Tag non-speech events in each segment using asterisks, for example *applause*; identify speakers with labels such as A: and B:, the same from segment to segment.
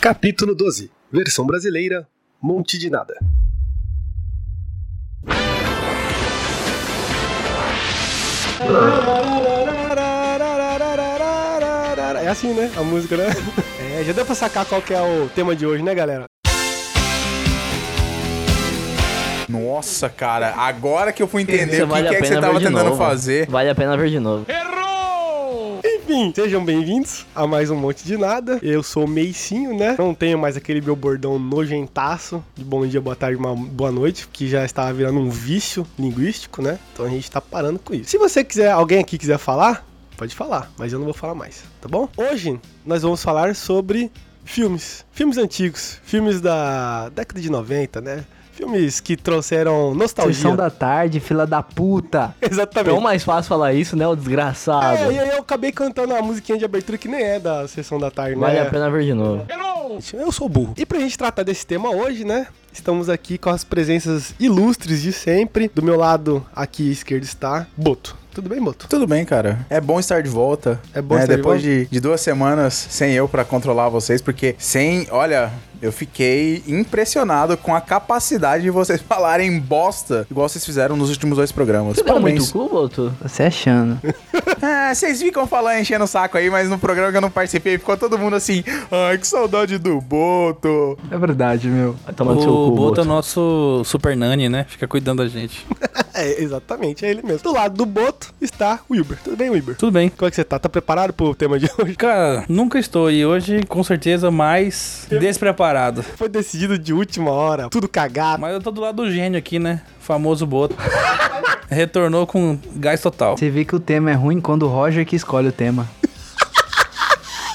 A: Capítulo 12 Versão brasileira Monte de Nada. É assim, né? A música, né? É, já deu pra sacar qual que é o tema de hoje, né, galera?
B: Nossa, cara, agora que eu fui entender
C: Isso
B: o que,
C: vale
B: que
C: a
B: é que
C: pena
B: você
C: ver
B: tava
C: de
B: tentando
C: novo.
B: fazer.
C: Vale a pena ver de novo.
A: Enfim, sejam bem-vindos a mais um Monte de Nada. Eu sou o Meicinho, né? Não tenho mais aquele meu bordão nojentaço de bom dia, boa tarde, uma boa noite, que já estava virando um vício linguístico, né? Então a gente tá parando com isso. Se você quiser, alguém aqui quiser falar, pode falar, mas eu não vou falar mais, tá bom? Hoje nós vamos falar sobre filmes. Filmes antigos, filmes da década de 90, né? Filmes que trouxeram nostalgia.
C: Sessão da tarde, fila da *laughs* puta. Tão
A: Exatamente.
C: mais fácil falar isso, né, o desgraçado.
A: É, e aí eu acabei cantando a musiquinha de abertura que nem é da sessão da tarde,
C: Vale
A: né?
C: a pena ver de novo.
A: Eu sou burro. E pra gente tratar desse tema hoje, né? Estamos aqui com as presenças ilustres de sempre. Do meu lado, aqui à esquerda, está Boto. Tudo bem, Boto?
B: Tudo bem, cara. É bom estar de volta. né,
A: É bom estar de
B: Depois
A: volta.
B: de, de duas semanas sem eu pra controlar vocês, porque sem. Olha, eu fiquei impressionado com a capacidade de vocês *laughs* falarem bosta, igual vocês fizeram nos últimos dois programas.
C: Você deu muito
B: Parabéns.
C: cu, Boto?
D: Você achando.
B: É, vocês ficam falando, enchendo o saco aí, mas no programa que eu não participei, ficou todo mundo assim. Ai, que saudade do Boto.
D: É verdade, meu.
C: Vai tomar no seu
E: o
C: cu,
E: Boto é
C: Boto.
E: o nosso super nani, né? Fica cuidando da gente.
A: *laughs* É, exatamente, é ele mesmo. Do lado do Boto está o Wilber. Tudo bem, Wilber?
E: Tudo bem.
A: Como é que você tá? Tá preparado pro tema de hoje? *laughs*
E: Cara, nunca estou e hoje, com certeza, mais despreparado.
A: Foi decidido de última hora, tudo cagado.
E: Mas eu tô do lado do gênio aqui, né? Famoso Boto. *laughs* Retornou com gás total.
D: Você vê que o tema é ruim quando o Roger que escolhe o tema.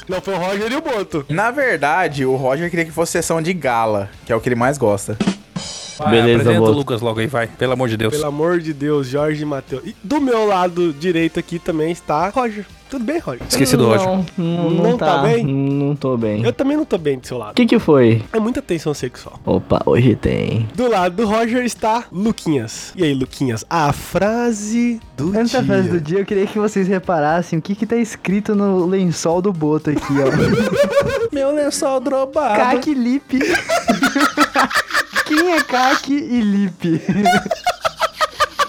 A: Não, foi o Roger e o Boto.
B: Na verdade, o Roger queria que fosse sessão de gala, que é o que ele mais gosta.
E: Vai,
C: Beleza,
E: apresenta
C: Boto.
E: o Lucas logo aí, vai. Pelo amor de Deus.
A: Pelo amor de Deus, Jorge e Matheus. E do meu lado direito aqui também está Roger. Tudo bem, Roger?
E: Esqueci do Roger.
C: Não, não, não
A: Não tá
C: tá.
A: bem?
C: Não tô bem.
A: Eu
C: O
A: também não tô bem do seu lado.
C: que que foi?
A: É muita tensão sexual.
C: Opa, hoje tem.
A: Do lado do Roger está Luquinhas. E aí, Luquinhas, a frase do
C: é
D: Antes da
A: dia.
D: frase do dia, eu queria que vocês reparassem o que que tá escrito no lençol do Boto aqui, ó.
A: *laughs*
E: Meu lençol drobado.
D: Caque Lip. *laughs* Quem é Caque e Lip?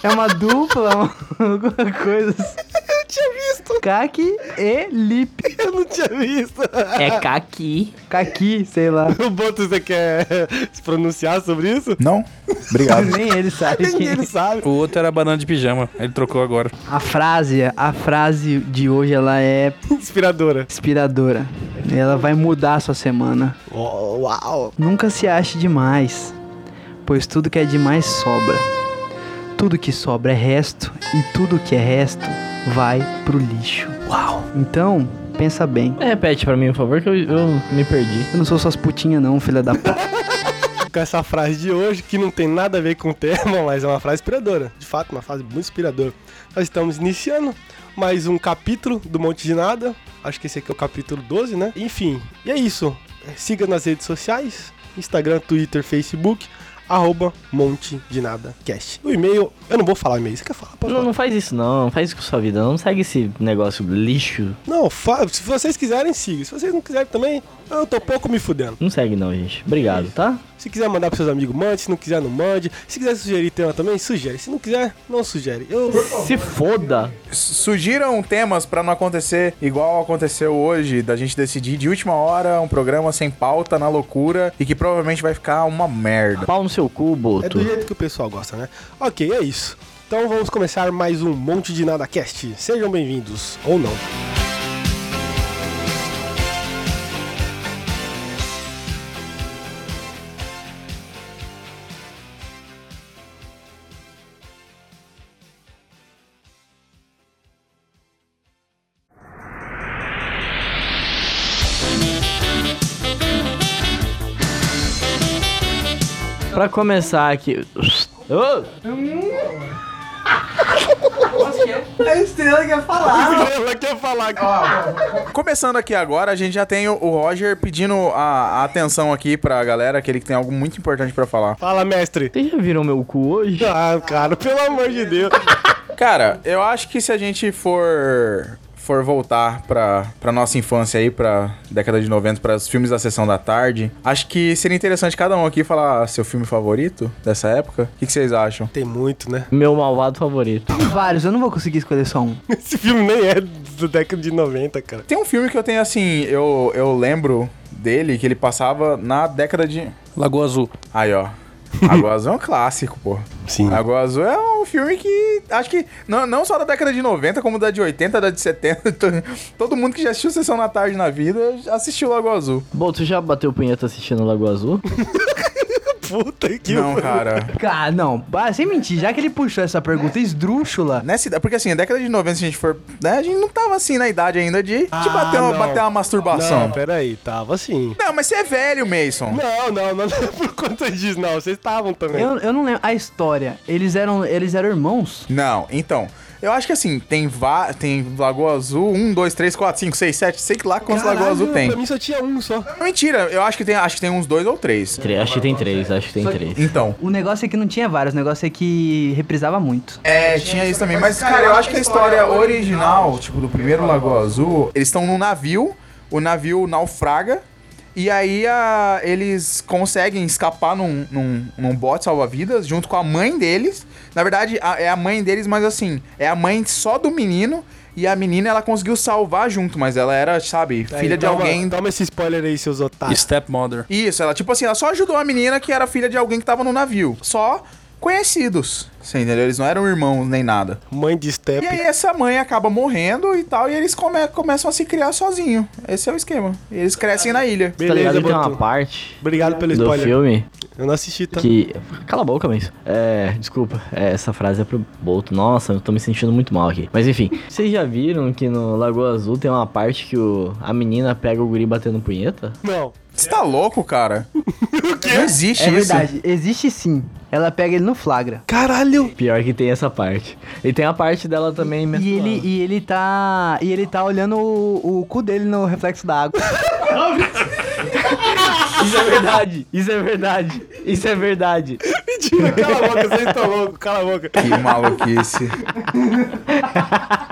D: É uma dupla, *laughs* uma- alguma coisa assim.
A: Eu tinha visto,
D: Caque e Lip.
A: *laughs* eu não tinha visto. *laughs*
C: É caqui.
D: Caqui, sei lá.
A: O Boto, você quer *laughs* se pronunciar sobre isso?
B: Não? Obrigado.
D: Nem ele sabe
A: Nem
D: quem é.
A: ele sabe.
E: O outro era banana de pijama. Ele trocou agora.
D: A frase, a frase de hoje, ela é
A: Inspiradora.
D: inspiradora. Ela vai mudar a sua semana.
A: Oh, uau.
D: Nunca se ache demais, pois tudo que é demais sobra. Tudo que sobra é resto e tudo que é resto vai pro lixo. Uau! Então, pensa bem.
C: É, Repete pra mim, por favor, que eu, eu me perdi.
D: Eu não sou suas putinhas não, filha da puta.
A: Com essa frase de hoje, que não tem nada a ver com o tema, *laughs* mas é uma frase inspiradora. De fato, uma frase muito inspiradora. Nós estamos iniciando mais um capítulo do Monte de Nada. Acho que esse aqui é o capítulo 12, né? Enfim, e é isso. Siga nas redes sociais: Instagram, Twitter, Facebook. Arroba Monte de Nada Cast. O e-mail, eu não vou falar o e-mail. Você quer falar? Pode
C: Não,
A: falar.
C: não faz isso não, faz isso com sua vida, não segue esse negócio lixo.
A: Não, fa- se vocês quiserem, siga. Se vocês não quiserem também, eu tô pouco me fudendo.
C: Não segue não, gente. Obrigado, tá?
A: Se quiser mandar pros seus amigos, mande. Se não quiser, não mande. Se quiser sugerir tema também, sugere. Se não quiser, não sugere. Eu.
C: Se foda.
B: Sugiram temas pra não acontecer igual aconteceu hoje, da gente decidir de última hora um programa sem pauta, na loucura, e que provavelmente vai ficar uma merda.
C: Pau no seu cu,
A: É
C: Boto.
A: do jeito que o pessoal gosta, né? Ok, é isso. Então vamos começar mais um Monte de Nada Cast. Sejam bem-vindos, ou não.
C: Pra começar aqui. Ô!
A: *laughs* Ela quer falar.
B: Começando aqui agora, a gente já tem o o Roger pedindo a, a atenção aqui pra galera, que ele tem algo muito importante pra falar.
A: Fala, mestre.
C: Vocês já viram meu cu hoje?
A: Ah, cara, pelo amor de Deus.
B: Cara, eu acho que se a gente for for voltar pra, pra nossa infância aí, pra década de 90, para os filmes da sessão da tarde, acho que seria interessante cada um aqui falar seu filme favorito dessa época. O que, que vocês acham?
A: Tem muito, né? *laughs*
C: Meu malvado favorito.
D: Tem vários, eu não vou conseguir escolher só um.
A: Esse filme nem é da década de 90, cara.
B: Tem um filme que eu tenho assim, eu, eu lembro dele, que ele passava na década de.
E: Lagoa Azul.
A: *laughs*
B: Aí, ó. Água Azul é um clássico, pô.
A: Sim.
B: Água Azul é um filme que. Acho que. Não, não só da década de 90, como da de 80, da de 70. to- *laughs* Todo mundo que já assistiu Sessão na Tarde na vida já assistiu Água Azul.
C: Bom, tu já bateu punheta assistindo Lagoa Azul?
A: Puta que
B: não,
A: pariu.
B: cara.
D: Cara, não, ah, sem mentir, já que ele puxou essa pergunta esdrúxula,
B: Nessa idade, porque assim, a década de 90, se a gente for. Né, a gente não tava assim na idade ainda de, de bater, uma,
A: Ah, não.
B: bater uma masturbação.
A: Não,
B: Não,
A: peraí, tava sim.
B: mas você é velho, Mason.
A: Não, não, *laughs* não, é por conta disso, não. Vocês estavam também.
D: eu, eu não lembro. A história, eles eram, eles eram irmãos?
B: Não, então. Eu acho que assim, tem, va tem Lagoa Azul 1, 2, 3, 4, 5, 6, 7. Sei lá quantos
A: Caralho,
B: Lagoa Azul tem.
A: Pra mim só tinha um só.
B: Mentira, eu acho que tem, acho que tem uns dois ou três.
C: Tre- acho que tem três, acho que tem três.
B: Então.
D: O negócio é que não tinha vários, o negócio é que reprisava muito.
B: É, tinha isso também. Mas, cara, eu acho que a história original, tipo, do primeiro Lagoa Azul, eles estão num navio, o navio naufraga, e aí a- eles conseguem escapar num, num, num bote salva-vidas junto com a mãe deles. Na verdade, a- é a mãe deles, mas assim, é a mãe só do menino. E a menina, ela conseguiu salvar junto, mas ela era, sabe, filha
A: Tá Aí,
B: de
A: toma-
B: alguém
A: Toma esse spoiler aí, seus
C: Ah.
A: otários.
E: Stepmother.
B: Isso, ela, tipo assim, ela só ajudou a menina que era filha de alguém que tava no navio. Só conhecidos. Você entendeu? Eles não eram irmãos nem nada.
A: Mãe de Step.
B: E aí essa mãe acaba morrendo e tal, e eles come- começam a se criar sozinho. Esse é o esquema. E eles crescem na ilha.
C: tá ligado
A: Beleza,
C: que tem uma
A: Botu.
C: parte
A: Obrigado pelo
C: do
A: spoiler.
C: filme
A: Eu não assisti, tá?
C: que... Cala a boca, Menso. É, desculpa, é, essa frase é pro Bolto. Nossa, eu tô me sentindo muito mal aqui. Mas enfim, vocês já viram que no Lagoa Azul tem uma parte que o, a menina pega o guri batendo punheta?
A: Não.
B: Você tá louco, cara? *laughs* o quê? Não existe
D: É
B: isso.
D: verdade, existe sim. Ela pega ele no flagra.
A: Caralho!
C: Pior que tem essa parte. E tem a parte dela também...
D: E ele, e ele tá. E ele tá olhando o, o cu dele no reflexo da água.
C: Isso é verdade, isso é verdade, isso é verdade.
A: *laughs* Mentira, cala a boca, vocês estão loucos, cala a boca.
B: Que maluquice. *laughs*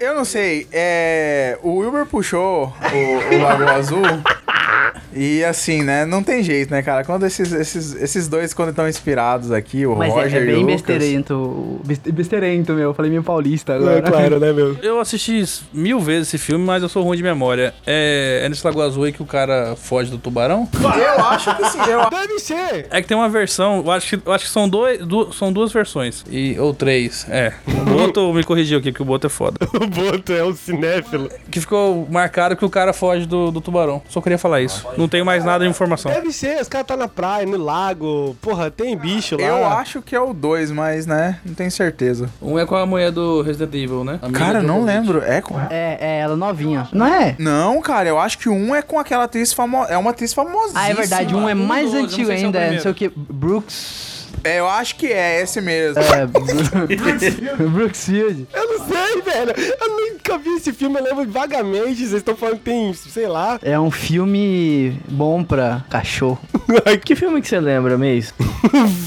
B: Eu não sei, é. O Wilber puxou o, o Lago Azul. E assim, né? Não tem jeito, né, cara? Quando esses, esses, esses dois, quando estão inspirados aqui, o
D: Mas
B: Roger
D: é, é
B: e o
D: bem
B: Lucas,
D: besteirento. beste- Besteirento, meu. Eu Falei meio paulista
A: Não,
D: agora.
A: é claro, né, meu?
E: Eu assisti mil vezes esse filme, mas eu sou ruim de memória. É, é nesse Lagoa Azul aí que o cara foge do tubarão?
B: Eu acho que sim, eu
A: Deve ser!
E: É que tem uma versão, eu acho que, eu acho que são, dois, du- são duas versões. E, ou três, é. O Boto me corrigiu aqui, que o Boto é foda.
A: O Boto é um cinéfilo.
E: *laughs* Que ficou marcado que o cara foge do, do tubarão. Só queria falar isso. Não tenho mais nada de informação.
A: Deve ser, os caras tá na praia, no lago, porra, tem bicho lá.
B: Eu acho que é o 2, mas né, não tenho certeza.
E: Um é com a mulher do Resident Evil, né?
B: Cara, eu não lembro. É com.
D: *laughs* É, é, ela novinha. Não é?
B: Não, cara, eu acho que um é com aquela atriz famosa. É uma atriz famosa.
D: Ah, é verdade. Um é
E: Um do
D: mais
E: doze, eu não
D: antigo
E: sei se é o
D: ainda. não
E: primeiro.
D: sei o que. Brooks.
B: É, eu acho que é esse mesmo.
D: É, *laughs* Brooksfield. Brooksfield.
A: Eu não sei, velho. Eu nunca vi esse filme, eu lembro vagamente. Vocês estão falando que tem, sei lá.
D: É um filme bom pra cachorro.
C: Que filme que você lembra, Mês?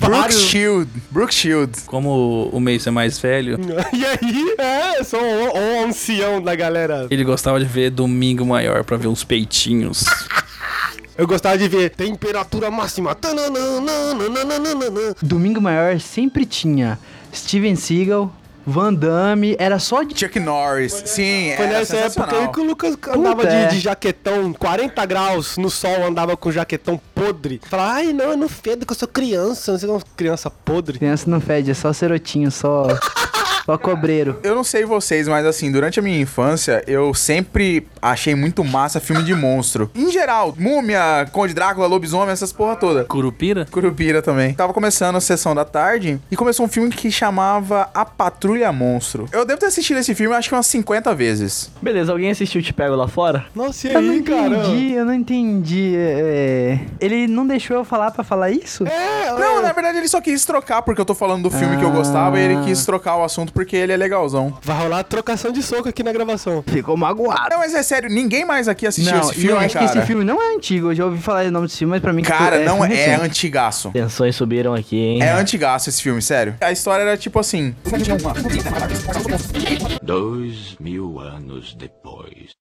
B: Brooke Shield. Brooke Shield.
E: Como o Mason é mais velho,
A: *laughs* E aí, é, eu sou o, o ancião da galera.
E: ele gostava de ver Domingo Maior pra ver uns peitinhos.
A: Eu gostava de ver temperatura máxima. Tananana.
D: Domingo Maior sempre tinha Steven Seagal, Van Damme, era só de.
B: Chuck Norris. Sim,
A: Foi
B: era
A: nessa época aí
B: sensacional.
A: que o Lucas andava
D: Puta,
A: de,
D: é.
A: de jaquetão, 40 graus no sol, andava com jaquetão podre. Falava, ai não, eu não fedo que eu sou criança, não sei como criança podre.
D: Criança não fede, é só cerotinho, só. só cobreiro.
B: Eu não sei vocês, mas assim, durante a minha infância, eu sempre achei muito massa filme de monstro. Em geral, múmia, Conde Drácula, lobisomem, essas porra toda.
E: Curupira?
B: Curupira também. Tava começando a sessão da tarde e começou um filme que chamava A Patrulha Monstro. Eu devo ter assistido esse filme acho que umas 50 vezes.
C: Beleza, alguém assistiu Te Pego Lá Fora?
A: Nossa, e
D: Eu não
A: aí,
D: entendi,
A: cara?
D: eu não entendi. é, Ele não deixou eu falar pra falar isso?
A: É,
B: Não, na verdade ele só quis trocar porque eu tô falando do filme que eu gostava e ele
D: Ah.
B: quis trocar o assunto porque ele é legalzão.
A: Vai rolar trocação de soco aqui na gravação. *laughs*
D: Ficou magoado.
B: Não, mas é sério, ninguém mais aqui assistiu
D: Não,
B: esse
D: e eu
B: filme,
D: acho
B: cara.
D: que esse filme não é antigo. Eu já ouvi falar o nome desse filme, mas pra mim.
B: Cara,
D: que
B: não
D: filme
B: é
D: recente.
B: antigaço.
C: Tensões subiram
D: é.
C: aqui, hein?
B: É antigaço esse filme, sério. A história era tipo assim.
F: Dois mil anos depois.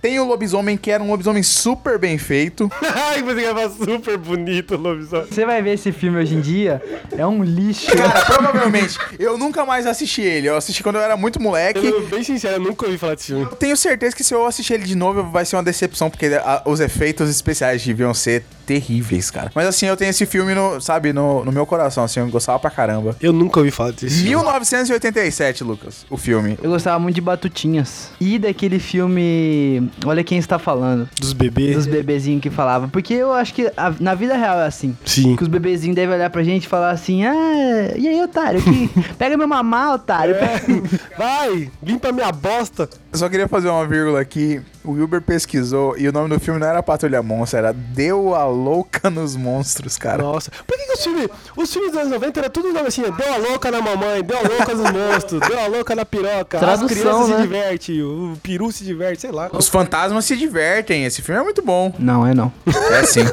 B: Tem o lobisomem que era um lobisomem super bem feito.
A: Ai, você grava super bonito, lobisomem.
D: Você vai ver esse filme hoje em dia, é um lixo.
B: Cara, provavelmente. Eu nunca mais assisti ele. Eu assisti quando eu era muito moleque.
A: Eu, bem sincero, eu nunca ouvi falar desse filme.
B: Eu tenho certeza que se eu assistir ele de novo, vai ser uma decepção, porque a- os efeitos especiais deviam ser terríveis, cara. Mas assim, eu tenho esse filme, no, sabe, no, no meu coração, assim, eu gostava pra caramba.
A: Eu nunca ouvi falar desse filme.
B: 1987, Lucas, o filme.
D: Eu gostava muito de Batutinhas. E daquele filme. Olha quem está falando.
A: Dos bebês.
B: *laughs*
D: Dos bebezinhos que falavam. Porque eu acho que a- na vida real é assim.
A: Sim.
D: Que os bebezinhos devem olhar pra gente e falar assim: Ah, e aí, otário? Que...
B: *laughs*
D: Pega meu mamar,
A: *laughs*
D: otário.
B: É.
A: Vai, limpa minha bosta.
B: Eu só queria fazer uma vírgula aqui. O Wilber pesquisou e o nome do filme não era Patrulha Monstro, era Deu a Louca nos Monstros, cara.
A: Nossa, por que, que os filmes os filmes dos anos 90 era tudo nome assim, ó, deu a louca na mamãe, deu a louca nos monstros, deu a louca na piroca,
D: Tradução,
A: as crianças
D: né?
A: se divertem, o peru se diverte, sei lá.
B: Os fantasmas se divertem, esse filme é muito bom.
D: Não, é não.
B: É sim.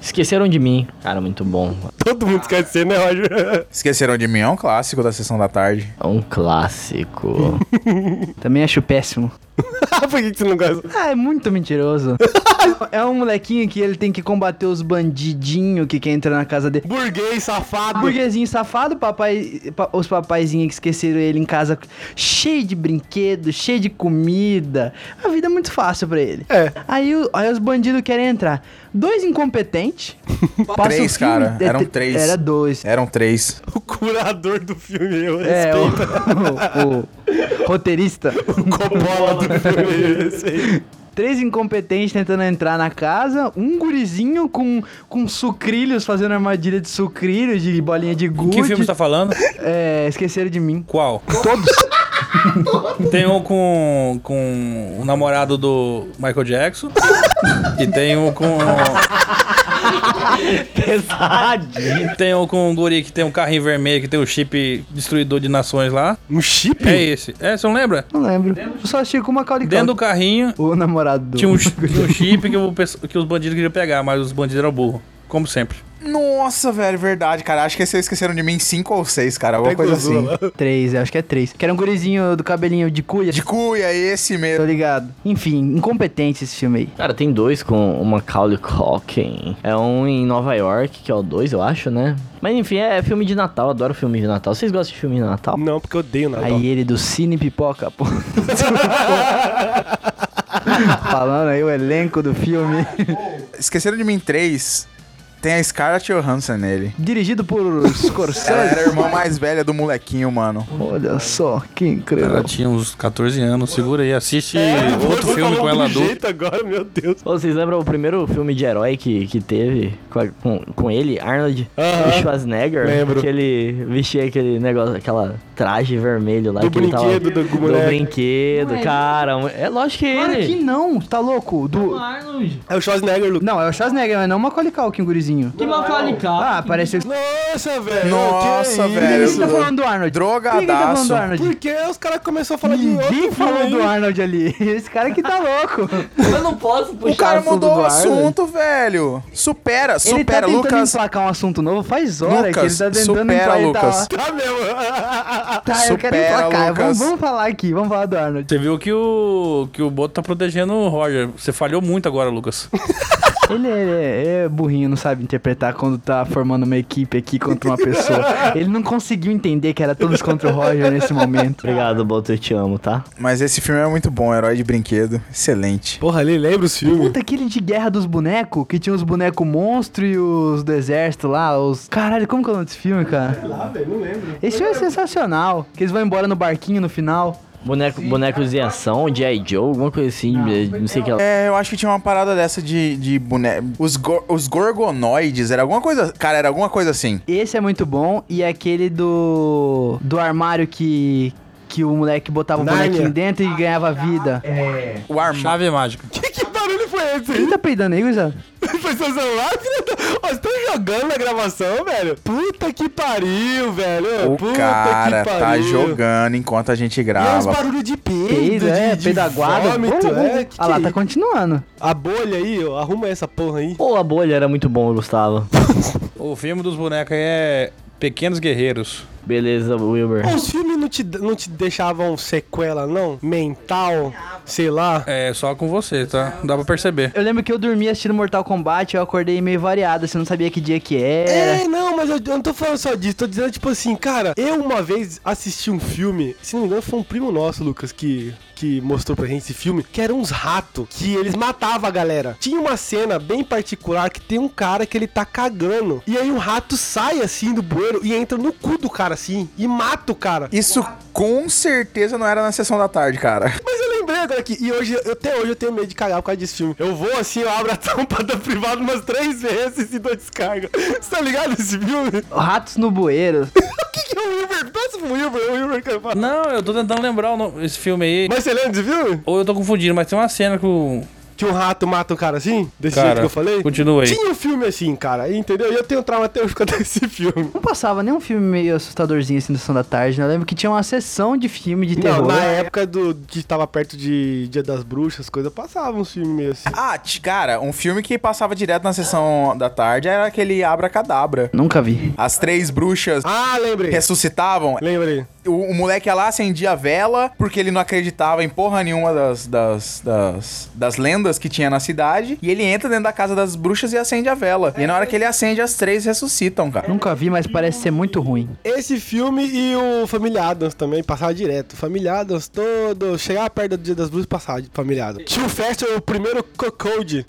C: Esqueceram de mim. Cara, muito bom.
A: Todo mundo quer ser, né, Roger?
B: *laughs*
A: *laughs*
B: Esqueceram de mim, é um clássico da sessão da tarde.
C: É um clássico.
D: Também acho péssimo.
A: por que, que você não gosta?
D: Ah, é
B: *laughs*
D: muito mentiroso. é um molequinho que ele tem que combater os bandidinhos que quer entrar na casa dele.
A: Burguês, safado.
D: Burguesinho safado, papai, pa- os papaizinhos que esqueceram ele em casa, cheio de brinquedo, cheio de comida. A vida é muito fácil pra ele.
A: É.
D: Aí, o- aí os bandidos querem entrar.
E: *laughs*
D: Dois incompetentes. passa o
B: Três,
D: filme-
B: cara.
D: é,
B: Eram
D: te-
B: três. É.
D: Era dois.
B: Eram três.
A: O curador do filme, eu
D: É,
A: respeito.
D: o, *laughs* o- o roteirista.
A: O Coppola do filme, eu respeito.
D: Três incompetentes tentando entrar na casa, um gurizinho com, com sucrilhos, fazendo armadilha de sucrilhos, de bolinha de gude.
E: Que filme você tá falando?
D: É, esqueceram de mim.
E: Qual? Todos. *laughs* tem um com, com o namorado do Michael Jackson. e tem um com.
C: Pesadinho.
E: Tem um com um guri que tem um carrinho vermelho, que tem o chip destruidor de nações lá.
A: Um chip?
E: É esse. É, você não lembra?
D: Não lembro. Eu só achei com uma
E: Dentro
D: calicão.
E: do carrinho
D: O namorado do...
E: tinha um, chi- tinha um chip que, o pesso- que os bandidos queriam pegar, mas os bandidos eram burros. Como sempre.
B: Nossa, velho, verdade, cara. Acho que vocês esqueceram de mim em cinco ou seis, cara. Alguma coisa assim.
D: *laughs* Três, eu acho que é três. Que era um gurizinho do cabelinho de cuia.
B: De cuia, esse
D: Tô *laughs*
B: mesmo.
D: ligado. Enfim, incompetente esse filme aí.
C: Cara, tem dois com o Macaulay Culkin. É um em Nova York, que é o dois, eu acho, né? Mas enfim, é filme de Natal. Adoro filme de Natal. Vocês gostam de filme de Natal?
A: Não, porque eu odeio Natal.
D: Aí ele do Cine Pipoca, *laughs* pô. Falando aí o elenco do filme. *laughs*
B: Esqueceram de mim em três. Tem a Scarlett Johansson nele.
D: Dirigido por
B: Ela
D: Scorsese.
B: era a irmã mais velha do molequinho, mano.
D: Olha só, que incrível.
E: tinha uns 14 anos. Segura aí, assiste outro
A: Vou
E: filme
A: É, falar um
E: com
A: do
E: ela adulto.
A: jeito agora, meu Deus.
C: Ô, vocês lembram o primeiro filme de herói que, que teve com, a- com, com ele, Arnold
A: Aham.
C: e Schwarzenegger?
A: Lembro.
C: Que ele vestia aquele negócio, aquela traje vermelho lá.
A: Do
C: que ele tava-
A: brinquedo do moleque.
C: brinquedo, cara. É lógico que
D: Claro
C: ele.
D: que não, tá louco? Do...
A: É o Schwarzenegger, Lucas.
D: Não, é o Schwarzenegger, mas não o Macaulay Culkin, o gurizinho. Que Macaulay Culkin? Ah, parece... Por
A: Nossa, velho.
B: Nossa,
A: que
B: velho.
D: que
A: isso?
D: você tá falando do Arnold? Por que que tá falando
B: Drogadaço.
D: do Arnold?
A: Por que os caras começaram a falar de outro
D: Ninguém
A: filme
D: falou
A: aí?
D: do Arnold ali. *laughs* Esse cara que
B: *laughs*
D: tá louco.
C: Eu não posso puxar
B: O cara
C: assunto
B: mudou
C: do
B: o
C: Arnold.
B: assunto, velho. Supera,
D: ele tá
B: supera,
D: tentando
B: Lucas.
D: emplacar um assunto novo faz hora que ele
B: Lucas,
D: tá tentando
B: supera,
D: emplacar.
B: Lucas.
A: Tá mesmo. *laughs*
D: Tá, eu quero
B: Supera,
D: emplacar.
B: Lucas.
D: Vamos, vamos falar aqui, vamos falar do Arnold.
E: Você viu que o, que o Boto tá protegendo o Roger. Você falhou muito agora, *laughs* Lucas.
D: Ele é, é burrinho, não sabe interpretar quando tá formando uma equipe aqui contra
B: *laughs*
D: uma pessoa. Ele não conseguiu entender que era todos contra o Roger
B: *laughs*
D: nesse momento.
C: Obrigado, Boto, eu te amo, tá?
B: Mas esse filme é muito bom, Herói de Brinquedo. Excelente.
A: Porra, ali lembra os filmes.
D: Puta, aquele de guerra dos bonecos, que tinha os bonecos monstro e os do exército lá, os... Caralho, como que é o nome desse filme, cara? Sei lá, velho, não lembro. Esse filme é sensacional, que eles vão embora no barquinho no final.
C: Boneco, bonecos em ação, G.I. Joe, alguma coisa assim, não, sei o que lá.
B: É, eu acho que tinha uma parada dessa de, de boneco. Os, gor- os gorgonoides, era alguma coisa. Cara, era alguma coisa assim.
D: Esse é muito bom e é aquele do do armário que que o moleque botava o
A: Nárnia.
D: bonequinho dentro e ganhava vida.
B: O armário.
E: Chave mágica.
A: *laughs* Que, que barulho foi esse? *laughs*
D: Quem tá peidando aí,
A: É
D: Guizado?
A: Foi seu celular, filho da... Ó, vocês estão jogando na gravação, velho? Puta que pariu, velho.
B: O
A: Puta
B: cara
A: que
B: tá
A: pariu.
B: jogando enquanto a gente
A: E uns
B: grava.
A: barulhos de peido,
D: Peido, é,
A: de, de
D: peido aguado.
A: vômito, é. Que
D: Ah lá,
A: que é
D: tá
A: isso?
D: continuando.
A: A bolha aí, ó, arruma essa porra aí.
C: Pô, a bolha era muito bom, Gustavo.
E: O filme dos bonecos aí é Pequenos Guerreiros.
C: Beleza, Wilber.
A: *laughs* Os filmes não te, não te deixavam sequela, não? Mental, sei lá.
E: É, só com você, tá? Dá pra perceber.
D: Eu lembro que eu dormi assistindo Mortal Kombat, eu acordei meio variado, assim, não sabia que dia que era.
A: É, não, mas eu, eu não tô falando só disso, tô dizendo, tipo assim, cara, eu uma vez assisti um filme, se não me engano, foi um primo nosso, Lucas, que, que mostrou pra gente esse filme, que eram uns ratos, que eles matavam a galera. Tinha uma cena bem particular que tem um cara que ele tá cagando, e aí um rato sai assim do bueiro e entra no cu do cara assim, e mata o cara.
B: Isso com certeza não era na sessão da tarde, cara.
A: Mas eu lembrei agora aqui. E hoje, eu, até hoje eu tenho medo de cagar por causa desse filme. Eu vou assim, eu abro a tampa *laughs* da privada umas três vezes e dou descarga. *laughs* Você tá ligado esse filme?
D: Ratos no bueiro.
A: O que, que é o Wilber? Pensa pro Wilber, o Wilber Carvalho.
E: Não, eu tô tentando lembrar o nome, esse filme aí.
A: Mas você lembra desse filme?
E: Ou eu tô confundindo, mas tem uma cena que o.
A: Que um rato mata um cara assim? Desse
E: Cara,
A: jeito que eu falei?
E: continua aí.
A: Tinha um filme assim, cara, entendeu? E eu tenho trauma até hoje *laughs* por causa desse filme.
D: Não passava nenhum filme meio assustadorzinho assim na sessão da tarde. né? Eu lembro que tinha uma sessão de filme de terror.
A: Não, na época do, que tava perto de Dia das Bruxas, coisa, passava uns filmes meio assim.
B: Ah, t- cara, um filme que passava direto na sessão da tarde era aquele Abracadabra.
D: Nunca vi.
B: As três bruxas
A: Ah, lembrei.
B: ressuscitavam.
A: Lembrei.
B: O, o moleque ia lá acendia a vela porque ele não acreditava em porra nenhuma das, das, das, das lendas que tinha na cidade. E ele entra dentro da casa das bruxas e acende a vela. E na hora que ele acende, as três ressuscitam, cara.
D: Nunca vi, mas parece ser muito ruim.
A: Esse filme e o Família Adams também, passava direto. Família Adams todo. Chegava perto do Dia das Bruxas, passava de Família Adams. Tio Fester é o primeiro cocode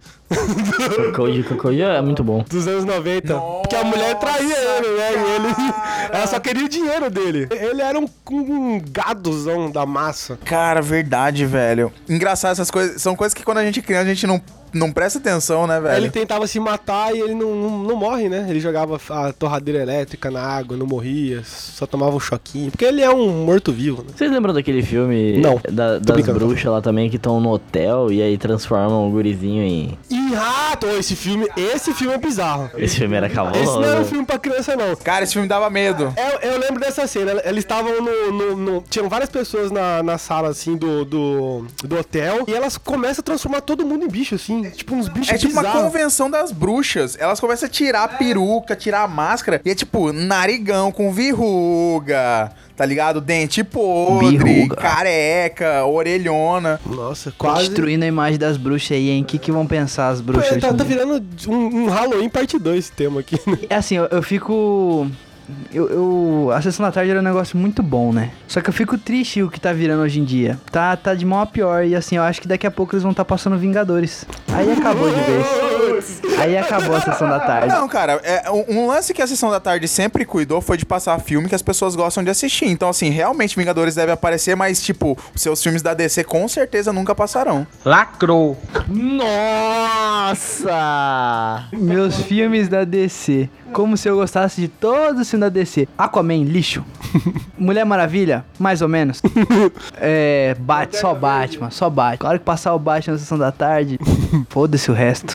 C: Cocode, Cocode é muito bom.
A: dos anos 90. porque a mulher traía ele, né? E ele, *laughs* ela só queria o dinheiro dele. Ele era um, um gadozão da massa.
B: Cara, verdade, velho. Engraçado essas coisas. São coisas que quando a gente é criança, a gente não, não presta atenção, né, velho?
A: Ele tentava se matar e ele não, não, não morre, né? Ele jogava a torradeira elétrica na água, não morria, só tomava um choquinho. Porque ele é um morto-vivo, né?
C: Vocês lembram daquele filme
A: Não,
C: da-
A: tô
C: das
A: brincando.
C: bruxas lá também que estão no hotel e aí transformam o gurizinho em.
A: E rato! Esse filme, esse filme é bizarro.
C: Esse filme era
A: Esse não é um
C: cavalo.
A: filme pra criança, não.
B: Cara, esse filme dava medo.
A: É, Eu, eu lembro dessa cena. Eles estavam no, no- no- Tinham várias pessoas na, na sala, assim, do, do, do hotel. E elas começam a transformar todo mundo em bicho, assim. Tipo, uns bichos
B: É tipo uma
A: bizarros.
B: convenção das bruxas. Elas começam a tirar a peruca, tirar a máscara. E é tipo, narigão com verruga, tá ligado? Dente podre,
D: Verruga.
B: careca, orelhona.
A: Nossa, quase.
D: Destruindo a imagem das bruxas aí, hein? O que, que vão pensar as bruxas?
A: Pô,
D: hoje
A: tá,
D: em
A: tá
D: dia?
A: virando um, um Halloween parte 2 esse tema aqui, né? *laughs*
D: É assim, eu, eu fico. Eu, eu- a sessão da tarde era um negócio muito bom, né? Só que eu fico triste o que tá virando hoje em dia. Tá, tá de mal a pior. E assim, eu acho que daqui a pouco eles vão tá passando Vingadores. Aí acabou de vez. Aí acabou a sessão da tarde.
B: Não, cara, é, um, um lance que a sessão da tarde sempre cuidou foi de passar filme que as pessoas gostam de assistir. Então, assim, realmente Vingadores deve aparecer, mas, tipo, os seus filmes da DC com certeza nunca passarão.
E: Lacrou.
C: Nossa!
D: Meus filmes da DC. Como se eu gostasse de todos os filmes da DC. Aquaman, lixo. Mulher Maravilha, mais ou menos. É. Bate, só Batman, só Batman. A hora que passar o Batman na sessão da tarde, foda-se o resto.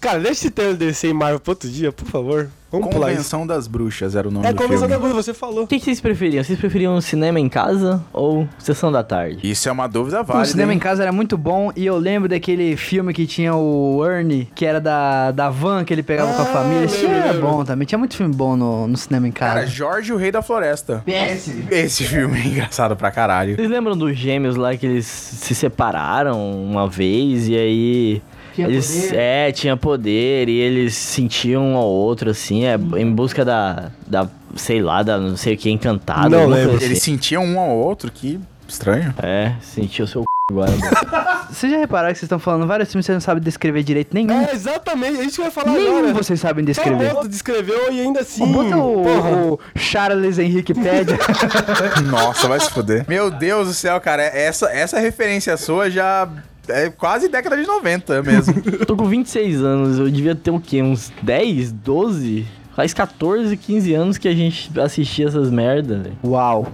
A: Cara, deixa esse tema desse em Marvel pro outro dia, por favor. Vamos pular isso.
B: Convenção das Bruxas era o nome
A: É
B: do
A: convenção da
B: filme.
A: Bruxa, você falou.
C: O que, que vocês preferiam? Vocês preferiam cinema em casa ou sessão da tarde?
B: Isso é uma dúvida
D: O
B: válida.
D: cinema
B: hein?
D: em casa era muito bom e eu lembro daquele filme que tinha o Ernie, que era da, da van que ele pegava com a família. Esse filme era bom também. Tinha muito filme bom no, no cinema em
B: Cara,
D: casa.
B: Jorge o Rei da Floresta. Esse filme é engraçado pra caralho.
C: Vocês lembram dos gêmeos lá que eles se separaram uma vez e aí. eles, É, tinha poder e eles sentiam um ao outro, assim, é, em busca da, da. Sei lá, da não sei o que, encantada.
A: Não
C: alguma
A: lembro.
C: coisa
B: Eles
C: assim.
B: sentiam um ao outro, que estranho.
C: É, sentiu seu c agora.
D: Vocês já repararam que vocês estão falando vários filmes que vocês não sabem descrever direito nenhum?
A: É, exatamente, a gente vai falar
D: nenhum
A: agora. Tá
D: vocês sabem
A: Só
D: descrever.
A: o outro descreveu e ainda assim.
D: Bota
E: Hum,
A: porra.
D: o, o Charles
E: *laughs*
D: Henrique Pédia.
B: Nossa, vai se fuder. Meu Deus do céu, cara, é- essa, essa referência sua já é quase década de 90 mesmo.
C: Eu tô com 26 anos, eu devia ter o quê? Uns 10, 12? Faz 14, 15 anos que a gente assistia essas merdas, velho.
D: Uau.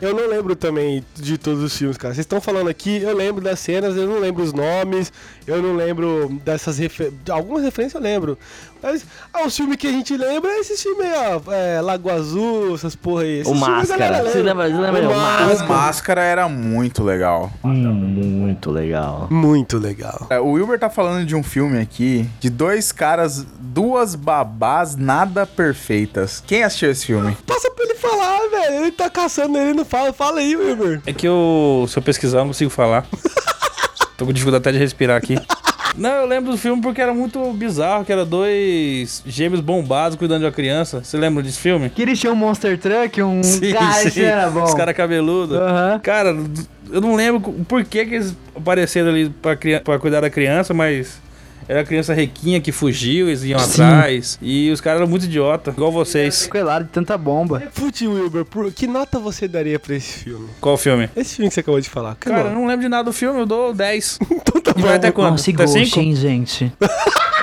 A: Eu não lembro também de todos os filmes, cara. Vocês estão falando aqui, eu lembro das cenas, eu não lembro os nomes, eu não lembro dessas referências. Algumas referências eu lembro. Mas, ah, os filmes que a gente lembra é esses filmes aí, ó. É, Lago Azul, essas porra aí. Esses
C: O
A: filmes a
C: Máscara.
A: galera
C: Você
A: lembra.
C: lembra, você lembra? O
B: O
C: Máscara.
B: Máscara era muito legal.
C: Hum, muito legal.
A: Muito legal.
B: É, O Wilber tá falando de um filme aqui de dois caras, duas babás nada perfeitas. Quem assistiu esse filme?
A: Passa pra ele falar, velho. Ele tá caçando, ele não fala. Fala aí, Wilber.
E: É que eu, se eu pesquisar, eu não consigo falar. *laughs* Tô com dificuldade até de respirar aqui. Não, eu lembro do filme porque era muito bizarro, que era dois gêmeos bombados cuidando de uma criança. Você lembra desse filme?
D: Que eles tinham um Monster Truck, um
E: Sim,
D: cara
E: sim.
D: que era Tá bom.
E: Os caras cabeludos.
D: Aham.
E: Cara, eu não lembro co- por que, que eles apareceram ali pra, cria- pra cuidar da criança, mas era a criança requinha que fugiu, eles iam
D: Sim.
E: atrás. E os caras eram muito idiota, igual vocês.
D: Sequelado de tanta bomba.
A: Fute, Wilber, por... que nota você daria pra esse filme?
E: Qual o filme?
A: Esse filme que você acabou de falar. Que
E: Cara, eu
A: nota?
E: não lembro de nada do filme, eu dou 10.
A: Tá Então tá
E: E vai
A: bom.
E: até quando?
D: Nossa, e
E: até
D: Ghost,
E: 5? *laughs*
D: hein, gente?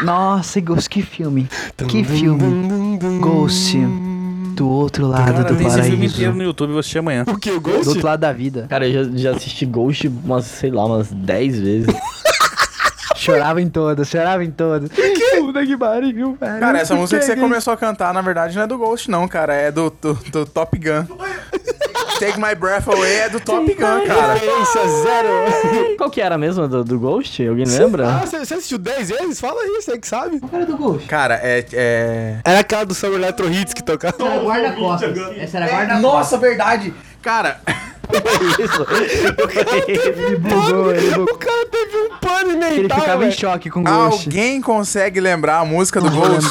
D: Nossa, e Ghost, que filme. Que filme.
A: Dum, dum, dum, dum.
D: Ghost, do outro lado
E: Cara,
D: do
E: tem esse filme
D: paraíso.
E: inteiro no YouTube, eu vou assistir amanhã.
A: O que, o
D: Do
A: Ghost?
D: outro lado da vida.
C: Cara, eu já, já assisti Ghost umas, sei lá, umas
B: *laughs*
C: 10 vezes.
D: Chorava em todas, chorava em todas. Que? Puta que pariu, velho.
B: Cara, essa
D: Que
B: música que você
D: é
B: começou a cantar, na verdade, não é do Ghost, não, cara. É do, do- do Top Gun. Take My Breath Away é do Top Gun, cara.
A: Referência zero.
C: Qual que era mesmo do, do Ghost? Alguém lembra?
B: tá-
A: Ah, você você assistiu 10 vezes? Fala aí, você que sabe.
D: cara do Ghost.
B: Cara, é. é...
A: Era aquela do Summer Electro Hits que tocava.
D: Essa era guarda-costas. Essa era
B: Nossa, verdade! Cara,
C: Isso.
D: Ele bugou, ele bugou.
A: um O cara teve um pane mental.
D: Ele ficava em
A: velho.
D: choque com o
E: Ah,
D: Ghost.
B: alguém consegue lembrar a música do Ghost?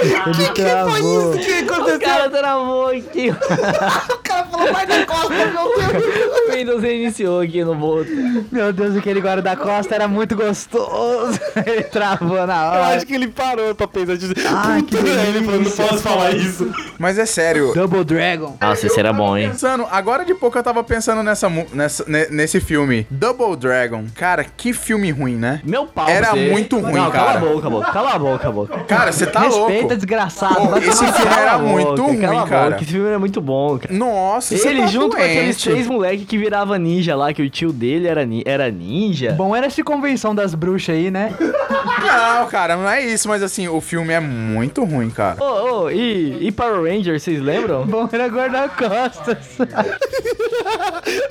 D: Ele travou.
A: que aconteceu?
C: é O cara travou aqui. o cara falou, vai da costa, meu Deus. O Windows reiniciou aqui no bolo.
D: Meu Deus, aquele guarda-costa era muito gostoso. *laughs* Ele travou na
A: Eu
D: hora.
A: acho que ele parou pra pensar disso.
D: Ah, que
A: Aí ele falou, não
D: delícia.
A: posso falar isso.
B: Mas é sério.
D: Double Dragon.
C: Nossa, esse era bom, hein?
B: Pensando, agora de pouco eu tava pensando nessa, mu- nessa- ne- nesse filme. Double Dragon. Cara, que filme ruim, né?
C: Meu pau.
B: Era
C: você.
B: muito ruim,
C: Não,
B: cara.
C: Cala a boca, boca. Cala a boca, boca.
B: Cara, você tá
D: Respeita,
B: louco.
D: desgraçado.
B: Pô,
D: Vai
B: esse
D: tomar-
B: filme era
C: Cala a
B: muito
C: boca,
B: ruim,
C: cala a boca,
B: cara.
C: Esse filme era muito bom, cara.
B: Nossa, você
C: Ele
B: tá
C: junto com aqueles
B: doente.
C: três moleques que virava ninja lá, que o tio dele era, ni- era ninja.
D: Bom, era essa convenção das bruxas aí, né?
B: Não, cara, não é isso, mas assim, o filme é muito ruim, cara.
C: Ô, ô, e, e Power Rangers, vocês lembram?
D: Bom, era guarda-costas.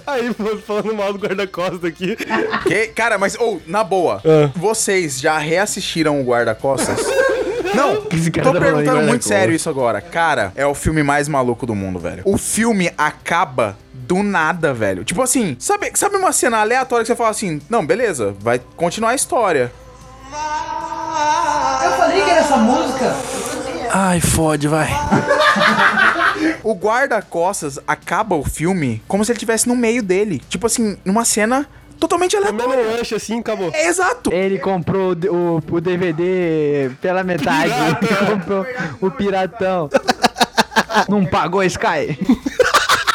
A: Aí foi falando mal do guarda-costa aqui.
D: Ah,
B: Que- cara, mas, ou, na boa,
A: Ah.
B: vocês já reassistiram o Guarda-Costas? Não,
C: Esse cara
B: tô
C: tá falando em
B: perguntando muito
C: guarda-costas.
B: sério isso agora. Cara, é o filme mais maluco do mundo, velho. O filme acaba do nada, velho. Tipo assim, sabe, sabe uma cena aleatória que você fala assim, não, beleza, vai continuar a história.
E: Ai, fode, vai.
B: *laughs* O guarda-costas acaba o filme como se ele estivesse no meio dele. Tipo assim, numa cena totalmente
A: É mesmo
B: aleatória.
A: rush assim, acabou.
B: É exato.
D: Ele comprou o D- o, o DVD pela metade. Ele *laughs* comprou o piratão. Não pagou, Sky?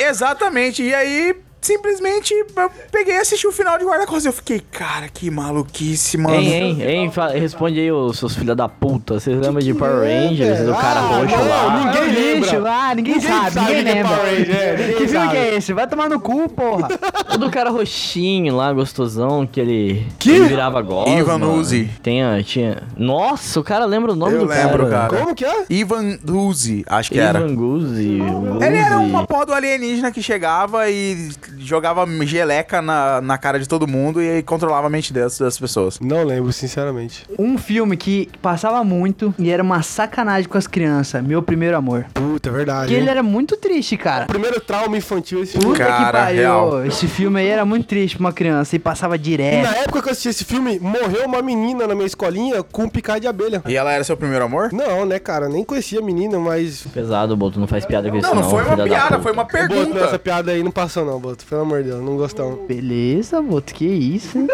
B: Exatamente. E aí, simplesmente, eu peguei e assisti o final de Guarda-Costas. Eu fiquei, cara, que maluquice, mano.
C: Hein, hein, hein, fala- responde aí, ô, seus filha da puta. Vocês lembram de Power Rangers, do cara
A: Ah,
C: roxo
A: não,
C: lá?
A: ninguém
D: É um
A: lembra.
D: lixo, ah, ninguém, sabe,
A: sabe
D: ninguém
A: que é
D: lembra.
A: Power Ranger, é, ninguém
D: que filme
A: sabe.
D: que é esse? Vai tomar no cu, porra.
C: O do cara roxinho lá, gostosão, que ele,
A: Que?
C: ele virava gosma.
B: Ivanuzzi.
C: Tem, a- tinha... Nossa, o cara lembra o nome
B: Eu
C: do cara.
B: lembro, cara.
A: Como que é?
B: Ivan Duzi, acho que era.
C: Ivan Guzzi.
B: Ele era
C: Guzzi.
B: uma porra do alienígena que chegava e jogava geleca na, na cara de todo mundo e aí controlava a mente das, das pessoas.
A: Não lembro, sinceramente.
D: *laughs* Um filme que passava muito e era uma sacanagem com as crianças. Meu primeiro amor.
A: Puta, é verdade.
D: Porque ele
A: hein?
D: era muito triste, cara.
A: Primeiro trauma infantil esse filme.
D: Puta que
B: Cara,
D: pariu.
B: real.
D: Esse filme aí era muito triste pra uma criança e passava
A: E
D: direto.
A: na época que eu assisti esse filme, morreu uma menina na minha escolinha com picada de abelha.
B: E ela era seu primeiro amor?
A: Não, né, cara? Nem conhecia a menina, mas.
C: Pesado, Boto, não faz piada com isso
B: Não,
C: não,
B: não foi
C: filha
B: uma
C: da
B: piada,
C: puta.
B: foi uma
A: Boto, não, essa
B: pergunta.
A: piada aí não passou, não, Boto. Pelo amor de Deus, não gostamos.
D: Beleza, Boto, que isso, hein?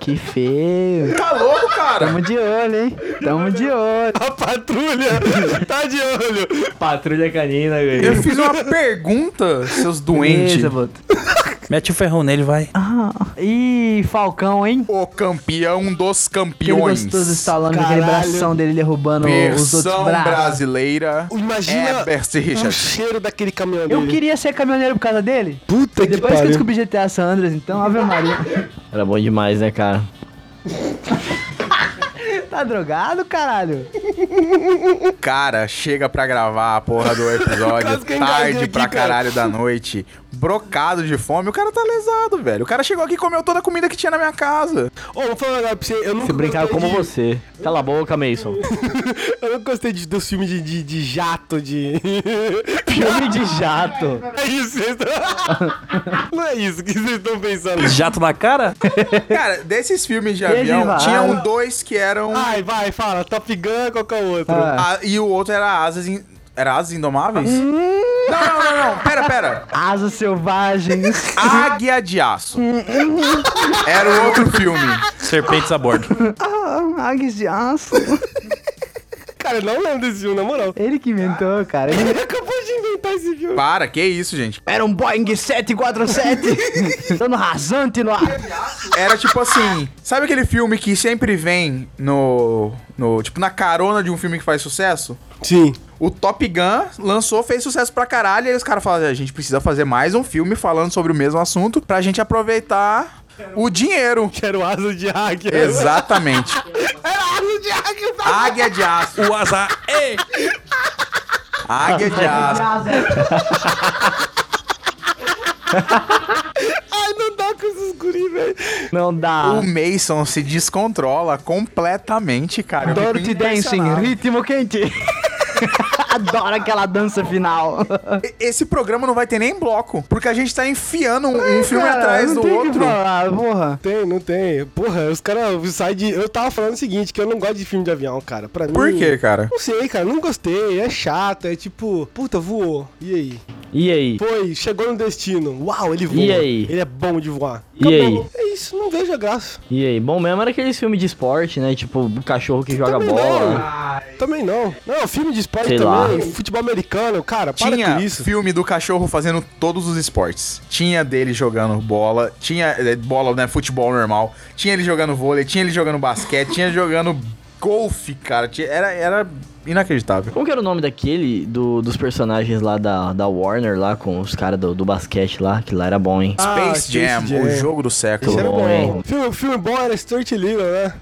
D: que feio.
B: Tá louco, cara?
D: Tamo de olho, hein? Tamo de olho.
A: A patrulha tá de olho.
C: Patrulha canina, velho.
B: Eu fiz uma pergunta, seus doentes.
D: Beleza, Boto.
E: Mete o ferrão nele, vai.
D: Ah, Ih, Falcão, hein?
B: O campeão dos
D: Aquele
B: campeões.
D: gostoso estalando aquele
A: Caralho.
D: bração dele derrubando os outros
B: Versão
D: braços.
B: brasileira.
A: Imagina
B: Herbert
A: o
B: É,
A: *laughs*
B: Richards.
A: cheiro daquele caminhão
D: Eu
A: dele.
D: queria ser caminhoneiro por causa dele.
A: Puta que
D: Depois que eu
A: pariu.
D: descobri GTA San Andreas, então, Ave Maria.
C: Era bom demais, né, cara?
D: Tá drogado, caralho?
B: Cara, chega pra gravar a porra do
A: *laughs*
B: episódio
A: Quase que eu engasguei
B: tarde
A: aqui,
B: pra
A: cara.
B: caralho da noite, brocado de fome, o cara tá lesado, velho. O cara chegou aqui e comeu toda a comida que tinha na minha casa.
A: Ô, vou falar um negócio pra você. Eu nunca
C: Se brincar
A: gostei
C: como
A: de-
C: você. Cala a boca, Mason.
A: *laughs* Eu nunca gostei de, dos filmes de, de, de jato, de. *laughs*
C: Filme de jato.
A: É isso, vocês tão... *laughs* Não é isso que vocês estão pensando.
E: Jato na cara?
B: Cara, desses filmes de
D: Ele
B: avião,
D: vai.
B: tinham dois que eram.
A: Ai, vai, fala. Top Gun, qual que é o outro?
D: Ah.
B: a- e o outro era Asas. In, era Asas Indomáveis?
A: Hum.
B: Não, não, não, não. Pera, pera.
D: Asas selvagens.
B: Águia de Aço.
A: Hum,
B: Era o outro filme.
E: Serpentes a bordo.
D: Ah, águias de aço.
A: Cara, eu não lembro desse filme, na moral.
D: Ele que inventou, cara. Ele-
A: Ele acabou de inventar esse filme.
B: Para, que isso, gente.
D: Era um Boeing 747. Dando rasante no ar.
B: Era tipo assim, sabe aquele filme que sempre vem no, no. Tipo, na carona de um filme que faz sucesso?
A: Sim.
B: O Top Gun lançou, fez sucesso pra caralho, e aí os caras falaram: a gente precisa fazer mais um filme falando sobre o mesmo assunto pra gente aproveitar o dinheiro.
A: Quero asa de águia.
B: Exatamente. Águia de aço.
E: O azar. Ei!
B: Águia de aço.
A: Ai, não dá com esses guri, velho.
D: Não
B: O
D: dá.
B: Mason se descontrola completamente, cara. Eu fico
D: Dirty Dancing,
B: impressionado.
D: ritmo quente. *laughs* Adoro aquela dança final.
B: E- Esse programa não vai ter nem bloco, porque a gente tá enfiando um, um filme
D: Cara,
B: atrás
D: não
B: do
D: tem o
B: outro.
D: Que falar, porra.
A: Tem, não tem. Porra, os caras saem de. Eu tava falando o seguinte: que eu não gosto de filme de avião, cara. Pra mim.
B: Por quê, cara?
A: Não sei, cara. Não gostei. É chato. É tipo, puta, voou. E aí?
C: E aí?
A: Foi, chegou no destino. Uau, ele voa.
C: E aí?
A: Ele é bom de voar.
C: E aí?
A: É isso, não vejo a graça.
C: E aí? Bom mesmo era aqueles filmes de esporte, né? Tipo, o cachorro que joga
A: Também
C: bola.
A: não. Também não. Não, filme de esporte
C: Sei
A: também.
C: lá.
A: Futebol americano, cara, para
B: Tinha
A: com isso.
B: filme do cachorro fazendo todos os esportes. Tinha dele jogando bola, tinha eh, bola, né, futebol normal. Tinha ele jogando vôlei, tinha ele jogando basquete, tinha ele jogando golfe, cara. Tinha- era, era inacreditável.
C: Como que era o nome daquele, do, dos personagens lá da, da Warner, lá com os caras do, do basquete lá, que lá era bom, hein?
A: Ah,
B: Space
A: Space
B: Jam,
A: Jam.
B: o jogo do século.
A: Isso era
C: bom,
A: bom.
C: hein?
A: Filme, filme bom era Stuart Little, né?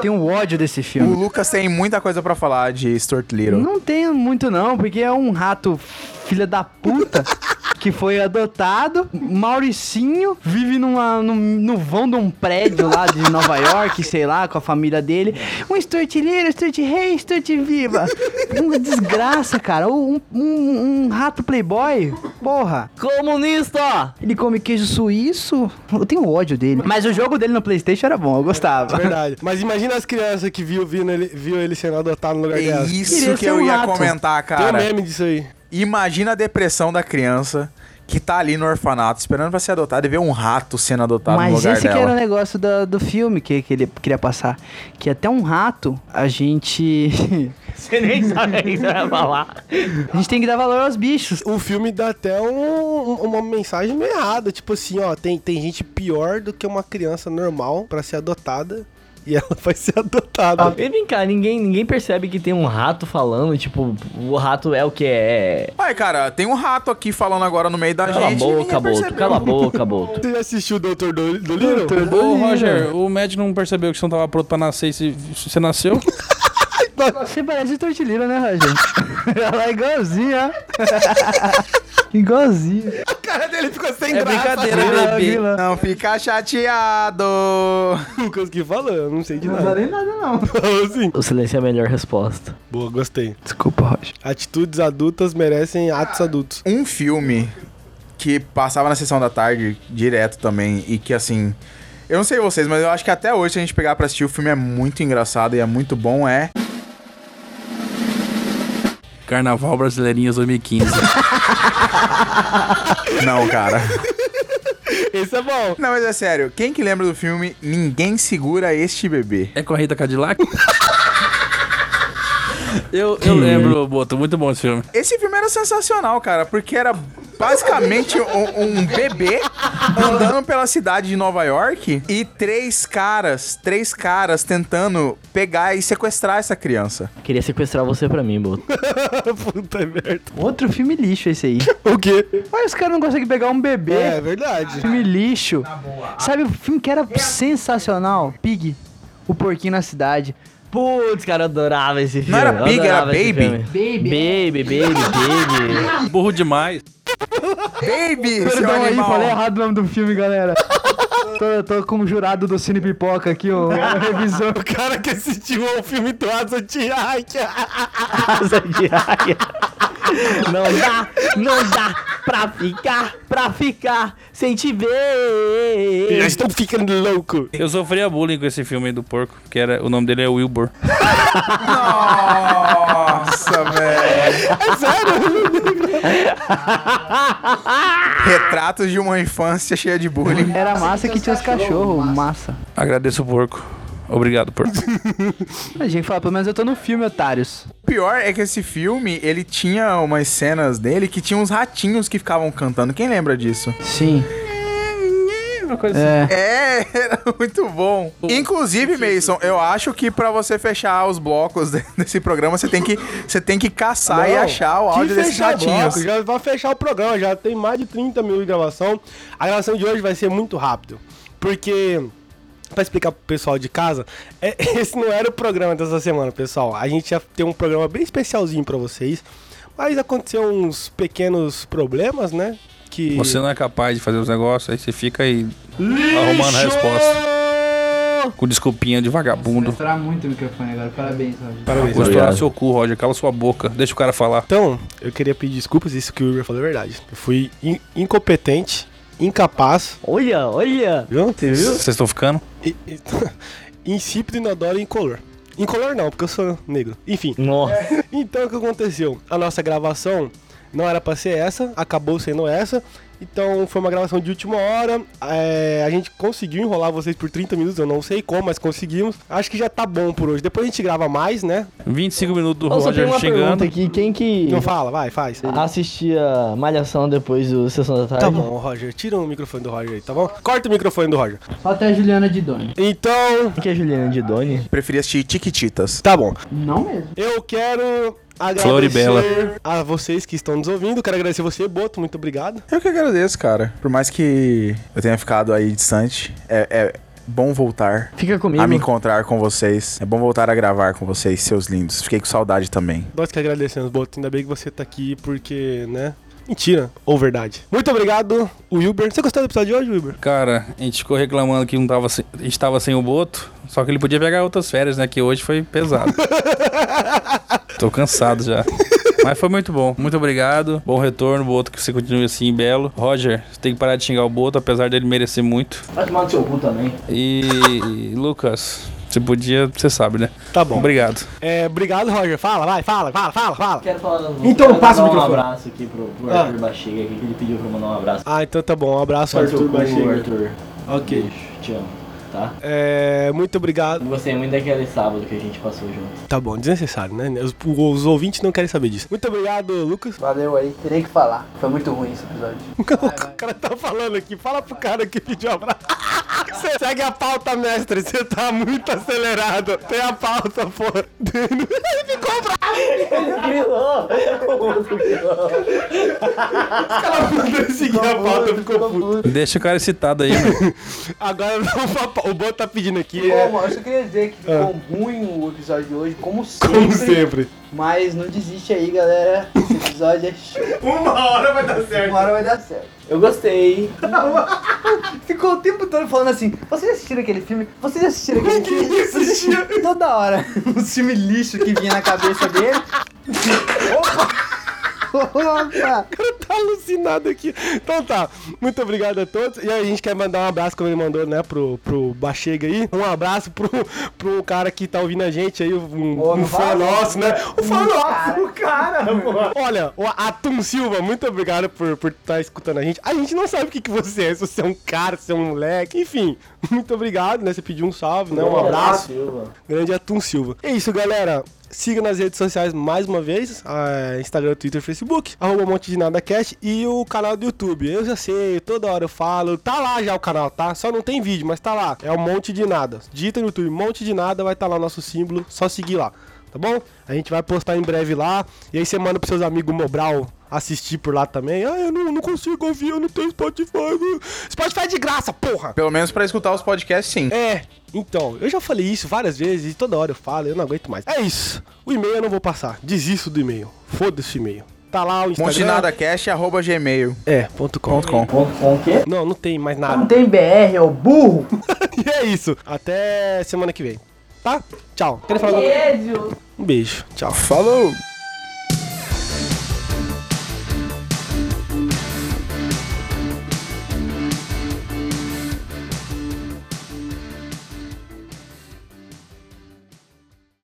D: Tem um ódio desse
B: O
D: filme.
B: Lucas tem muita coisa pra falar de Stuart Little.
D: Não tem muito não, porque é um rato filha da puta que foi adotado. Mauricinho vive numa, num- no vão de um prédio lá de Nova York, sei lá, com a família dele. Um estortilheiro, estort rei, estort viva. Uma desgraça, cara. Um, um- um rato playboy, porra.
C: Comunista!
D: Ele come queijo suíço. Eu tenho ódio dele. Mas o jogo dele no Playstation era bom, eu
A: É
C: *laughs*
D: gostava.
A: Verdade. Mas imagina as crianças que viu, viu, ele, viu ele sendo adotado no lugar
B: É
A: delas.
B: isso
D: Queria
B: que
D: ser
B: eu
D: um
B: ia
D: rato.
B: comentar,
A: Tem um
B: cara.
A: meme disso aí.
B: Imagina a depressão da criança que tá ali no orfanato esperando pra ser adotada e ver um rato sendo adotado no
D: Mas
B: lugar
D: esse
B: dela.
D: que era o negócio da- do, filme que, que ele queria passar. Que até um rato, a gente.
C: Você nem sabe o que você vai falar.
D: a gente tem que dar valor aos bichos.
A: O filme dá até um- uma mensagem meio errada. Tipo assim, ó, tem, tem gente pior do que uma criança normal pra ser adotada. E ela *laughs* vai ser adotada.
C: E vem cá, ninguém, ninguém percebe que tem um rato falando, tipo, o rato é o que é...
B: Ai, cara, tem um rato aqui falando agora no meio da
C: Cala a
B: gente. ninguém
C: boca, Boto,
B: percebeu.
C: cala a boca, Boto.
A: Você já assistiu o Doutor do, do Little? *laughs*
E: Ô, Roger, o médico não percebeu que você não tava pronto pra nascer e se- se você nasceu?
D: Você parece tortilheira, né, Roger? Ela é igualzinha. *laughs* igualzinha.
A: A cara dele ficou sem
E: É brincadeira,
D: né?
E: bebê.
B: né? Não fica chateado.
A: Lucas que fala, eu não sei de
D: Não dá
A: nada.
D: nem nada, não.
A: *laughs* Falou assim.
C: O silêncio é a melhor resposta.
A: Boa, gostei.
D: Desculpa, Roger.
A: Atitudes adultas merecem atos adultos.
B: Um filme que passava na sessão da tarde direto também e que assim, eu não sei vocês, mas eu acho que até hoje se a gente pegar pra assistir o filme é muito engraçado e é muito bom é
E: Carnaval Brasileirinhas 2015.
B: Não,
D: *laughs*
B: cara.
A: Esse é bom.
B: Não, mas é sério. Quem que lembra do filme Ninguém Segura Este Bebê?
E: É corrida *laughs* Cadillac? eu, eu lembro, Boto, muito bom esse filme.
B: Esse filme era sensacional, cara, porque era basicamente um, um bebê andando pela cidade de Nova York e três caras, três caras tentando pegar e sequestrar essa criança.
C: Queria sequestrar você pra mim,
A: *laughs*
C: Boto.
A: Puta merda.
D: Outro filme lixo esse aí.
A: O quê?
D: Olha, os caras não conseguem pegar um bebê.
A: É verdade.
D: Filme lixo. Sabe o filme que era sensacional? Pig. O Porquinho na Cidade.
C: Putz, cara, eu adorava esse filme.
B: Não era
C: eu
B: Big, era
C: adorava esse
B: Baby.
C: filme.
G: Baby.
C: Baby, baby, baby.
E: Burro demais.
B: Baby, seu
D: Perdão aí,
B: animal.
D: falei errado o nome do filme,
B: *laughs*
D: galera. tô, tô como jurado do Cine Pipoca aqui, o o
A: *laughs*
D: revisor.
B: *laughs*
A: O cara que assistiu ao filme do Asa de
C: Asa de raia. Não dá, não dá pra ficar, pra ficar sem te
A: Já
C: ver.
A: estão ficando louco.
E: Eu sofria bullying com esse filme aí do porco, que era, o nome dele é Wilbur.
B: Nossa, velho.
D: É
B: Retratos de uma infância cheia de bullying.
D: Era massa que tinha os cachorros, massa.
E: Agradeço o porco. Obrigado, *laughs* porco.
D: A gente fala, pelo menos eu tô no filme, otários.
B: O pior é que esse filme, ele tinha umas cenas dele que tinha uns ratinhos que ficavam cantando. Quem lembra disso?
D: Sim.
E: Uma coisa assim.
D: É.
B: É, *laughs* era muito bom. Inclusive, Mason, eu acho que pra você fechar os blocos *laughs* de- desse programa, você tem que, você tem que caçar e
A: Não,
B: achar o
A: que
B: áudio desses
A: fechar
B: ratinhos.
A: bloco, já vai fechar o programa, já tem mais de 30 minutos de gravação. A gravação de hoje vai ser muito rápido, porque Pra explicar pro pessoal de casa, é- *laughs* esse não era o programa dessa semana, pessoal. A gente ia ter um programa bem especialzinho pra vocês, mas aconteceu uns pequenos problemas, né? Que
E: Você não é capaz de fazer os negócios, aí você fica aí arrumando a resposta. Com desculpinha de vagabundo.
D: Estourar muito o microfone agora, parabéns, Roger.
A: Parabéns.
E: Vou estourar
C: Obrigado.
E: seu cu, Roger. Cala sua boca. Deixa o cara falar.
A: Então, eu queria pedir desculpas, isso que o Igor falou é verdade. Eu fui in- incompetente, incapaz,
C: Olha, olha.
A: viu? Você
E: Vocês estão ficando?
A: E- e- Insípido, inodoro e *laughs* incolor. Incolor não, porque eu sou negro. Enfim,
C: Nossa.
A: *laughs* então o que aconteceu? A nossa gravação não era pra ser essa, acabou sendo essa. Então foi uma gravação de última hora. é, a gente conseguiu enrolar vocês por 30 minutos, eu não sei como, mas conseguimos. Acho que já tá bom por hoje. Depois a gente grava mais, né?
E: 25 minutos do
C: Eu só tenho
E: Roger
C: uma pergunta
E: chegando.
C: aqui. Quem que
A: Não fala, vai, faz.
C: assistia Malhação depois do Sessão da Tarde?
A: Ah, Tá bom, Roger. Tira o microfone do Roger aí, tá bom? Corta o microfone do Roger.
D: Só até a Juliana de Doni.
A: Então,
C: Quem que é Juliana de Doni?
B: Preferia assistir Tiquititas.
A: tá bom.
D: Não mesmo.
A: Eu quero agradecer
E: Floribela.
A: a vocês que estão nos ouvindo. Quero agradecer você, Boto. Muito obrigado.
B: Eu que agradeço, cara. Por mais que eu tenha ficado aí distante, é, é bom voltar
C: Fica comigo.
B: a me encontrar com vocês. É bom voltar a gravar com vocês, seus lindos. Fiquei com saudade também.
A: Nós que agradecemos, Boto. Ainda bem que você tá aqui, porque, né? Mentira ou verdade. Muito obrigado, Wilber. Você gostou do episódio de hoje, Wilber?
E: Cara, a gente ficou reclamando que não tava sem, a gente tava sem o Boto. Só que ele podia pegar outras férias, né? Que hoje foi pesado. Tô cansado já. Mas foi muito bom. Muito obrigado. Bom retorno, Boto, que você continue assim, belo. Roger, você tem que parar de xingar o Boto, apesar dele merecer muito.
C: Vai tomar no seu cu também.
E: E, e Lucas, você podia, você sabe, né?
A: Tá bom.
E: Obrigado.
A: É, obrigado, Roger. Fala, vai, fala, fala, fala, fala.
C: Quero falar das
A: Então,
C: quero
A: passa o
C: dar
A: microfone.
C: um abraço aqui pro, pro
A: Ah.
C: Arthur Baxiga, aqui, que ele pediu pra eu mandar um abraço.
A: Ah, então tá bom. Um abraço,
C: Vai
A: Arthur
C: teu cu,
A: Baixinho.
C: Arthur.
A: Ok.
C: Beijo, te amo, tá?
A: É, muito obrigado.
C: Eu Gostei muito daquele sábado que a gente passou junto.
A: Tá bom, desnecessário, né? Os, os ouvintes não querem saber disso. Muito obrigado, Lucas.
D: Valeu aí, terei que falar. Foi muito ruim esse episódio.
A: O cara tá falando aqui. Fala pro cara que pediu abraço. *laughs* Você segue a pauta, mestre. Você tá muito acelerado. Tem a pauta, pô. *laughs* Ele ficou bravo. O cara mandou seguir a pauta, ficou puto.
E: Deixa o cara excitado aí, né? mano.
A: Agora vamos pra pau- o Boto tá pedindo aqui. é, Ah.
D: Bom, eu só queria dizer que ficou ruim o episódio de hoje, como sempre.
A: Como sempre.
D: Mas não desiste aí, galera. Esse episódio é show.
A: Uma hora vai dar *laughs* certo.
D: Uma hora vai dar certo. Eu gostei. *laughs* Ficou o tempo todo falando assim: vocês assistiram aquele filme? Vocês
A: *laughs*
D: assistiram aquele filme? Vocês assistiram toda hora. *laughs* Um filme lixo que vinha na
A: *laughs*
D: cabeça dele. Opa! Opa!
A: Tá alucinado aqui. Então tá, muito obrigado a todos. E aí a gente quer mandar um abraço, como ele mandou, né, pro, pro Bachega aí. Um abraço pro, pro cara que tá ouvindo a gente aí, um,
D: Ô,
A: um
D: não
A: fã
D: fala
A: nosso, né? O fã nosso,
D: cara.
A: o cara, pô. Olha, o Atum Silva, muito obrigado por estar por tá escutando a gente. A gente não sabe o que, que você é, se você é um cara, se você é um moleque. Enfim, muito obrigado, né? Você pediu um salve, né? Um abraço. Grande Atum Silva. É isso, galera. Siga nas redes sociais mais uma vez: ah, Instagram, Twitter, Facebook, arroba Monte de Nada Cast e o canal do YouTube. Eu já sei, toda hora eu falo. Tá lá já o canal, tá? Só não tem vídeo, mas tá lá. É o Monte de Nada. Digita no YouTube Monte de Nada, vai estar lá o nosso tá símbolo. Só seguir lá, tá bom? A gente vai postar em breve lá. E aí você manda pros seus amigos Mobral assistir por lá também. Ah, eu não, não consigo ouvir, eu não tenho Spotify. né? Spotify é de graça, porra!
B: Pelo menos pra escutar os podcasts, sim.
A: É, então, eu já falei isso várias vezes e toda hora eu falo, eu não aguento mais. É isso. O e-mail eu não vou passar. Desisto do e-mail. Foda-se o e-mail. Tá lá o Instagram.
B: Montinadacast.gmail.
A: É, ponto com.
B: .com.
C: Com o quê?
A: Não, não tem mais *laughs* nada.
D: tem BR, ô burro!
A: e é isso. Até semana que vem. Tá? Tchau. Quer falar alguma coisa? Um beijo. Tchau.
B: Falou!